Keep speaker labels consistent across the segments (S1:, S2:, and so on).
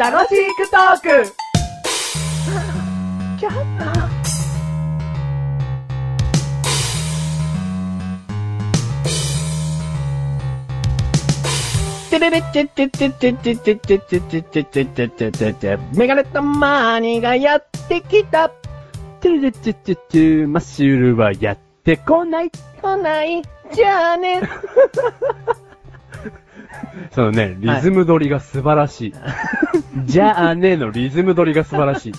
S1: 楽しくトーク
S2: てれれってってってってってってってってってってってってってってってメガネとマーニーがやってきたてれれってってってマッシュルはやってこない
S1: 来ないじゃあね
S2: そのね、リズム取りが素晴らしい。じゃあねのリズム取りが素晴らしい。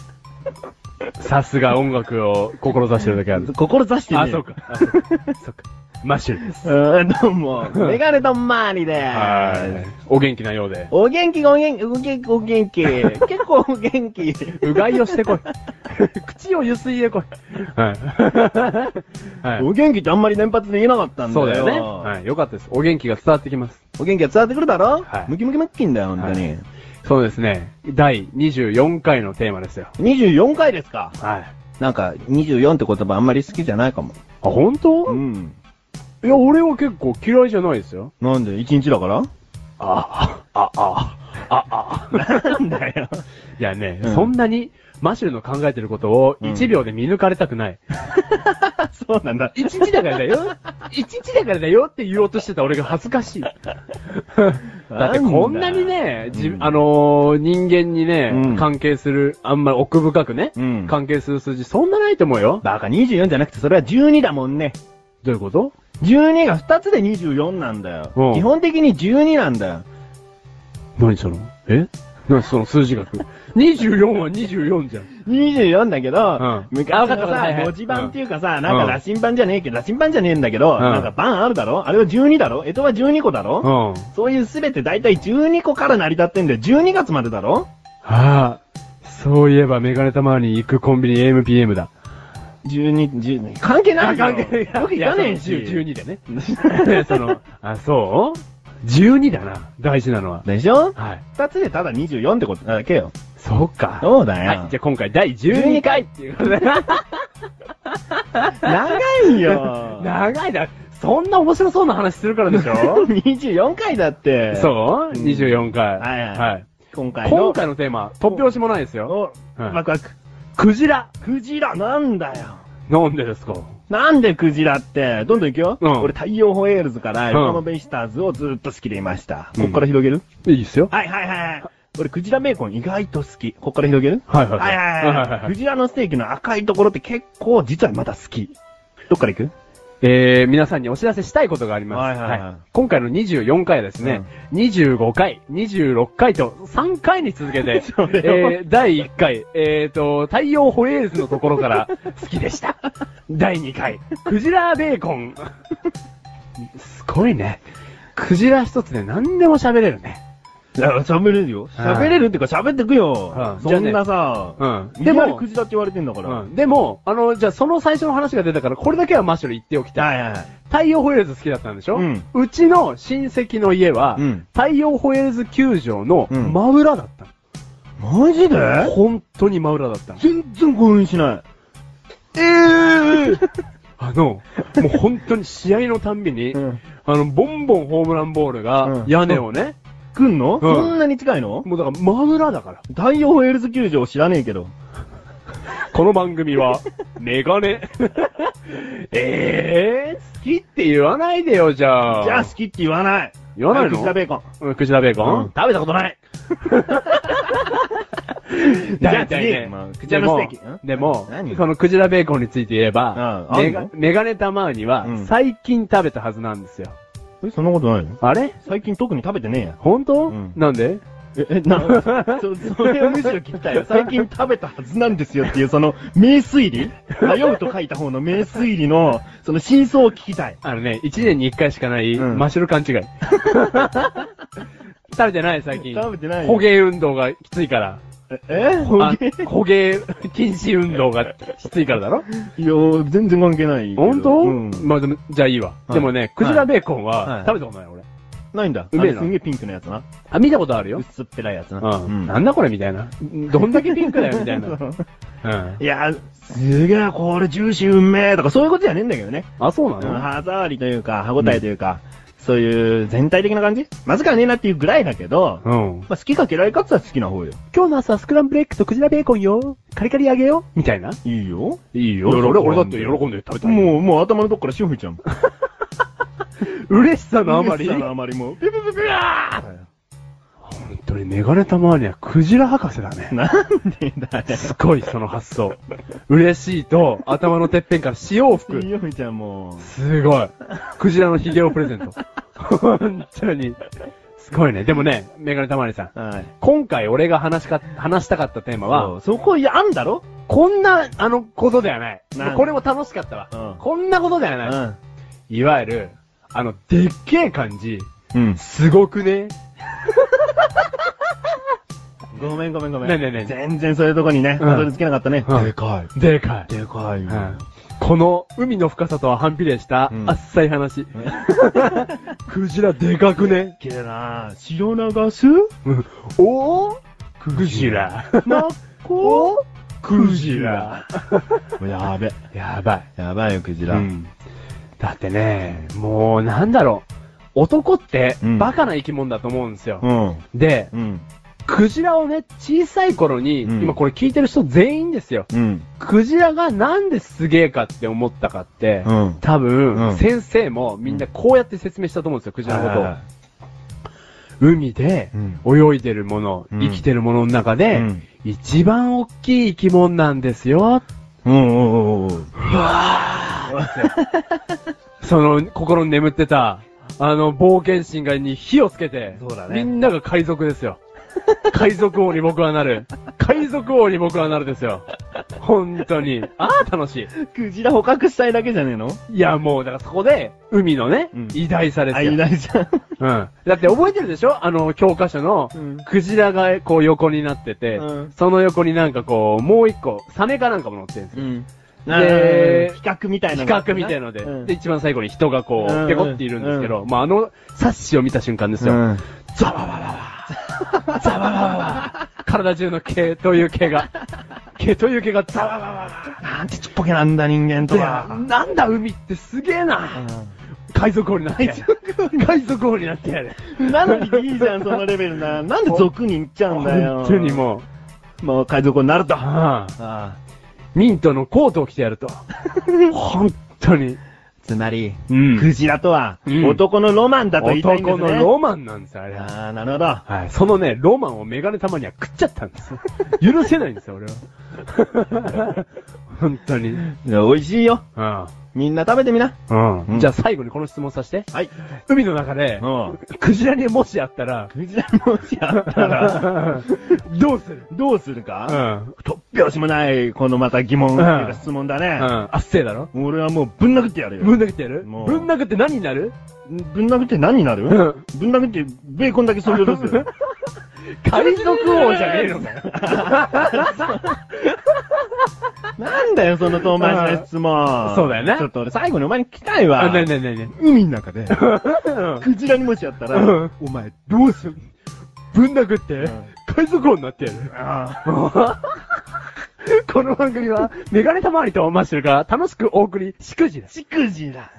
S2: さすが音楽を志してるだけある。
S3: 志してね
S2: あ、そうか。あそうか。そうかマッシュルです。
S3: うーん、どうも。メガネとマーニーで
S2: は
S3: ーす。
S2: い。お元気なようで。
S3: お元気、お元気、お元気、お元 気。結構お元気。
S2: うがいをしてこい。口をゆすいでこい。はい。は
S3: お元気ってあんまり連発で言えなかったん
S2: い。
S3: だよ。
S2: そうだよね。はい。よかったです。お元気が伝わってきます。
S3: お元気が伝わってくるだろ
S2: はい
S3: ムキムキムッキンだよ、本当
S2: は
S3: に。
S2: そうですね。第24回のテーマですよ。
S3: 24回ですか
S2: はい。
S3: なんか、24って言葉あんまり好きじゃないかも。
S2: あ、本当、
S3: ん。
S2: いや、俺は結構嫌いじゃないですよ。
S3: なんで、1日だから
S2: あ、あ、あ、あ、あ。
S3: なんだよ。
S2: いやね、
S3: うん
S2: そんなに、マシュルの考えてることを
S3: うん
S2: 1秒で見抜かれたくない。
S3: そうなんだ。
S2: 1日だからだよ !1 日だからだよって言おうとしてた俺が恥ずかしい。だってこんなにね、じ
S3: うん
S2: あのー人間にね、
S3: うん
S2: 関係する、あんまり奥深くね、
S3: うん
S2: 関係する数字そんなないと思うよ。
S3: バカ、24じゃなくて、それは12だもんね。
S2: どういうこと
S3: 12が2つで24なんだよ
S2: うん。
S3: 基本的に12なんだよ。
S2: 何そのえ何その数 字学 ?24 は24じゃん。
S3: 24だけど、
S2: うん
S3: 昔の
S2: あわかったわかったはいは
S3: さ、
S2: い
S3: 文字盤っていうか
S2: う
S3: さ、
S2: ん
S3: なんか羅針盤じゃねえけど、羅針盤じゃねえんだけど、
S2: ん
S3: なんか盤あるだろあれは12だろ干支は12個だろ、
S2: うん。
S3: そういうすべて大体12個から成り立ってんだよ。12月までだろ
S2: ああ、そういえばメガネたまに行くコンビニ AMPM だ。
S3: ?12、12。関係ないよ。よく行かねえし。
S2: 12でね。 その、あ、そう ?12 だな、大事なのは。
S3: でしょ
S2: はい。
S3: 二つでただ24ってことだけよ。
S2: そうか。
S3: そうだよ。
S2: はい、じゃあ今回第12回っていうことで。
S3: 長い よ。
S2: 長いだ。そんな面白そうな話するからでしょ
S3: 24回だって。う。
S2: そう、
S3: ん
S2: ?24 回。
S3: はいはい今
S2: はい
S3: 回の。
S2: 今回のテーマ、突拍子もないですよ。
S3: お、
S2: はい
S3: ワクワク。
S2: クジラ。
S3: クジラ、なんだよ。
S2: なんでですか
S3: なんでクジラって、どんどん行くよ。
S2: うん
S3: 俺、太陽ホエールズから、
S2: ん
S3: 横浜ベイスターズをずっと好きでいました。
S2: うん
S3: こっから広げる、
S2: いいですよ。
S3: はいはいはい。俺、クジラベーコン意外と好き。こっから広げる
S2: はいはい
S3: はいはいはい。クジラのステーキの赤いところって結構実はまだ好き。どっから行く
S2: えー、皆さんにお知らせしたいことがあります。
S3: はいはいはい
S2: 今回の24回はですね、25回、26回と3回に続け て
S3: そ、れは
S2: えー、第1回、えーと、太陽ホエールズのところから好きで した。第2回、クジラベーコン。すごいね。クジラ一つで何でも喋れるね。
S3: いや喋れるよ。
S2: はい
S3: 喋れるっていうか喋ってくよ
S2: は。い
S3: そんなさ、
S2: うん。
S3: で
S2: で
S3: も、
S2: も
S3: ク、ジラって言われてんだから。
S2: うん、でも、あの、じゃあその最初の話が出たから、これだけはマッシュル言っておきたい。
S3: はいはい。
S2: 太陽ホエールズ好きだったんでしょ、
S3: う
S2: うんちの親戚の家は、
S3: うん
S2: 太陽ホエールズ球場の
S3: うん
S2: 真裏だったの、
S3: マジで
S2: 本当に真裏だったの。
S3: 全然興奮しない。
S2: ええあの、もう本当に試合のたんび に、
S3: うん
S2: あの、ボンボンホームランボール
S3: う
S2: が
S3: ん
S2: 屋根をね、
S3: 来んの
S2: ん
S3: そんなに近いの
S2: もうだから真裏だから。
S3: 太陽ホエールズ球場知らねえけど。
S2: この番 組は、メガネ。 ええ好きって言わないでよ、じゃあ。
S3: じゃあ好きって言わない。
S2: 言わないの
S3: クジラベーコン。
S2: うんクジラベーコン、
S3: うん食べたこと ない。じゃあ次、まあクジラのステーキ。ん
S2: でも、
S3: 何
S2: このクジラベーコンについて言えば、
S3: うんあん
S2: メ
S3: の
S2: ガメガネたまーには
S3: うん
S2: 最近食べたはずなんですよ。
S3: えそんなことないの
S2: あれ
S3: 最近特に食べてねえや。
S2: 本当、
S3: うん
S2: なんで
S3: え、え、な、 そ、それをむしろ聞きたいよ。最近食べたはずなんですよっていう、その、名推 理迷うと書いた方の名推理の、その真相を聞きたい。
S2: あのね、一年に一回しかない、
S3: うん
S2: マシュル勘違い。 食べてない最近。
S3: 食べてないよ
S2: 捕鯨運動がきついから。
S3: ええほ
S2: あ
S3: んげい
S2: 捕鯨禁止運動がきついからだろ
S3: や、全然関係ないけど。
S2: 本当、
S3: うん。
S2: まあでも、じゃあいいわ。
S3: はい
S2: でもね、クジラベーコン
S3: は
S2: はい食べたことない俺。
S3: ないんだ。
S2: うめえ
S3: あ
S2: な
S3: のすんげえピンクのやつな。
S2: あ、見たことあるよ。
S3: 薄っぺらいやつな。
S2: うん。なんだこれみたいな。どんだけピンクだよみた いな。
S3: そう
S2: うん
S3: い。や、すげえ、これジューシーうめえとか、そういうことじゃねえんだけどね。
S2: あ、そうな
S3: うん
S2: の
S3: 歯触りというか、歯応えというか、そういう全体的な感じまずかねえなっていうぐらいだけど、
S2: うん。
S3: まあ好きか嫌いかって言ったら好きな方よ。
S2: 今日の朝、スクランブルエッグとクジラベーコンよ。カリカリ揚げよ。みたいな。
S3: いいよ。
S2: いい
S3: よ
S2: 俺、俺だ
S3: そ
S2: っ
S3: う
S2: て喜んで食べたい。
S3: もう、もう頭のとこから潮吹いちゃうもん。
S2: う、嬉しさのあま
S3: 嬉
S2: り。
S3: しさ
S2: 本
S3: のあまりもう、ピュピュピュピュー
S2: 当にメガネたまわりはクジラ博士だね。
S3: なんでだよ。
S2: すごい、その発想。嬉しいと、頭のてっぺんから潮を吹く。
S3: 潮吹いちゃうも
S2: すごい。クジラのヒゲをプレゼント。 本当に。すごいね。でもね、メガネたまわりさん。
S3: う。はい。
S2: 今回俺が話しか、話したかったテーマは、
S3: そうそこ、いや、あんだろ
S2: こんな、あの、ことではない
S3: なん。だ
S2: これも楽しかったわ。
S3: うん
S2: こんなことではない。いわゆる、あの、でっけえ感じ、
S3: うん。
S2: すごくね。
S3: ごめんごめんごめん。
S2: ねえねえねえ
S3: 全然そういうとこにね、
S2: うん
S3: たどり着けなかったね。
S2: うん
S3: か
S2: でかい
S3: い。。でかいよ
S2: うんこの、海の深さとは反比例した
S3: う、ん
S2: あっさい話。クジラでかくね。
S3: きれいな白流す
S2: うんおークジラ。
S3: なっ
S2: お
S3: こ
S2: クジラ。
S3: やべ。
S2: やばい。
S3: やばいよ、クジ
S2: う
S3: ラ。
S2: ん。だってね、もうなんだろう。男って
S3: うん、
S2: バカな生き物だと思うんですよ。
S3: ん。
S2: で、
S3: うん。
S2: クジラをね、小さい頃に、
S3: うん
S2: 今これ聞いてる人全員ですよ。
S3: うん。
S2: クジラがなんですげえかって思ったかって、
S3: うん。
S2: 多分、
S3: うん
S2: 先生もみんなこうやって説明したと思うんですよ、クジラのことを。海で
S3: うん
S2: 泳いでるもの、
S3: うん
S2: 生きてるものの中で、
S3: うん
S2: 一番大きい生き物なんですよ。
S3: うんうんうんうん。
S2: その、心に眠ってた、あの、冒険心がに火をつけて、
S3: そうだね
S2: みんなが海賊ですよ。海賊王に僕はなる。海賊王に僕はなるですよ。本当に。ああ、楽しい。
S3: クジラ捕獲したいだけじゃねえの
S2: いや、もう、だからそこで、海のね、
S3: うん
S2: 偉大さです
S3: あ、い
S2: よ。
S3: ないじゃん。
S2: うん。だって覚えてるでしょあの、教科書の
S3: うん、
S2: クジラがこう横になってて、
S3: うん
S2: その横になんかこう、もう一個、サメかなんかも乗ってるんですよ。
S3: うん。
S2: で
S3: 比較みたい
S2: 比
S3: な。
S2: 較みたいので、
S3: うん
S2: で、一番最後に人がこ
S3: うん
S2: う、ペコっているんですけど、まあ、あの、冊子を見た瞬間ですよ。
S3: うん
S2: ザワワワワ。ザワワワワ。体中の毛という毛が、毛という毛がザワワワワ。
S3: なんてちっぽけなんだ人間と
S2: で
S3: は。
S2: なんだ海ってすげえな、海賊王になってやる。海賊王になってやる。
S3: なのにいいじゃん、そのレベルな。なんで俗に行っちゃうんだよ。
S2: 本当にもう、
S3: もう海賊王になると。あ
S2: ああ
S3: あ
S2: ミントのコートを着てや ると。本当に。
S3: つまり、
S2: うん
S3: クジラとは、
S2: うん
S3: 男のロマンだと言いたいんですね。
S2: 男のロマンなんですよ、あれは。
S3: ああ、なるほど。
S2: はい。そのね、ロマンをメガネたまには食っちゃったん ですよ。許せないんですよ、俺は。 本当に。うん。
S3: いや美味しいよ。みんな食べてみな。
S2: うん。
S3: うん
S2: じゃあ最後にこの質問させて。
S3: はい。
S2: 海の中で、
S3: うん。
S2: クジラにもしあったら、
S3: クジラもしあったら、
S2: どうする
S3: どうする
S2: うん。う
S3: か
S2: ん。
S3: 突拍子もない、このまた疑問、
S2: うん
S3: っていうか質問だね。
S2: あっせえだろ
S3: 俺はもうぶん殴ってやるよ。
S2: ぶん殴ってやる
S3: もう
S2: ぶん殴って何になる
S3: ぶん殴って何になる
S2: うん
S3: ぶん殴ってベーコンだけそぎ落とすよ。
S2: 海賊王じゃねえのかよ。
S3: なんだよ、その遠回しな質問。
S2: そうだよね
S3: ちょっと俺最後にお前に聞きたいわ。
S2: あ、ねえねえねえね
S3: 海の中で、
S2: え。うん
S3: クジラにもしやった
S2: う
S3: ら
S2: ん、
S3: お前、
S2: どうするぶん殴って、
S3: うん
S2: 海賊王になってや る。
S3: あ
S2: この番組は、メガネたまわりとマッシュルが楽しくお送り、しくじです。
S3: しくじら。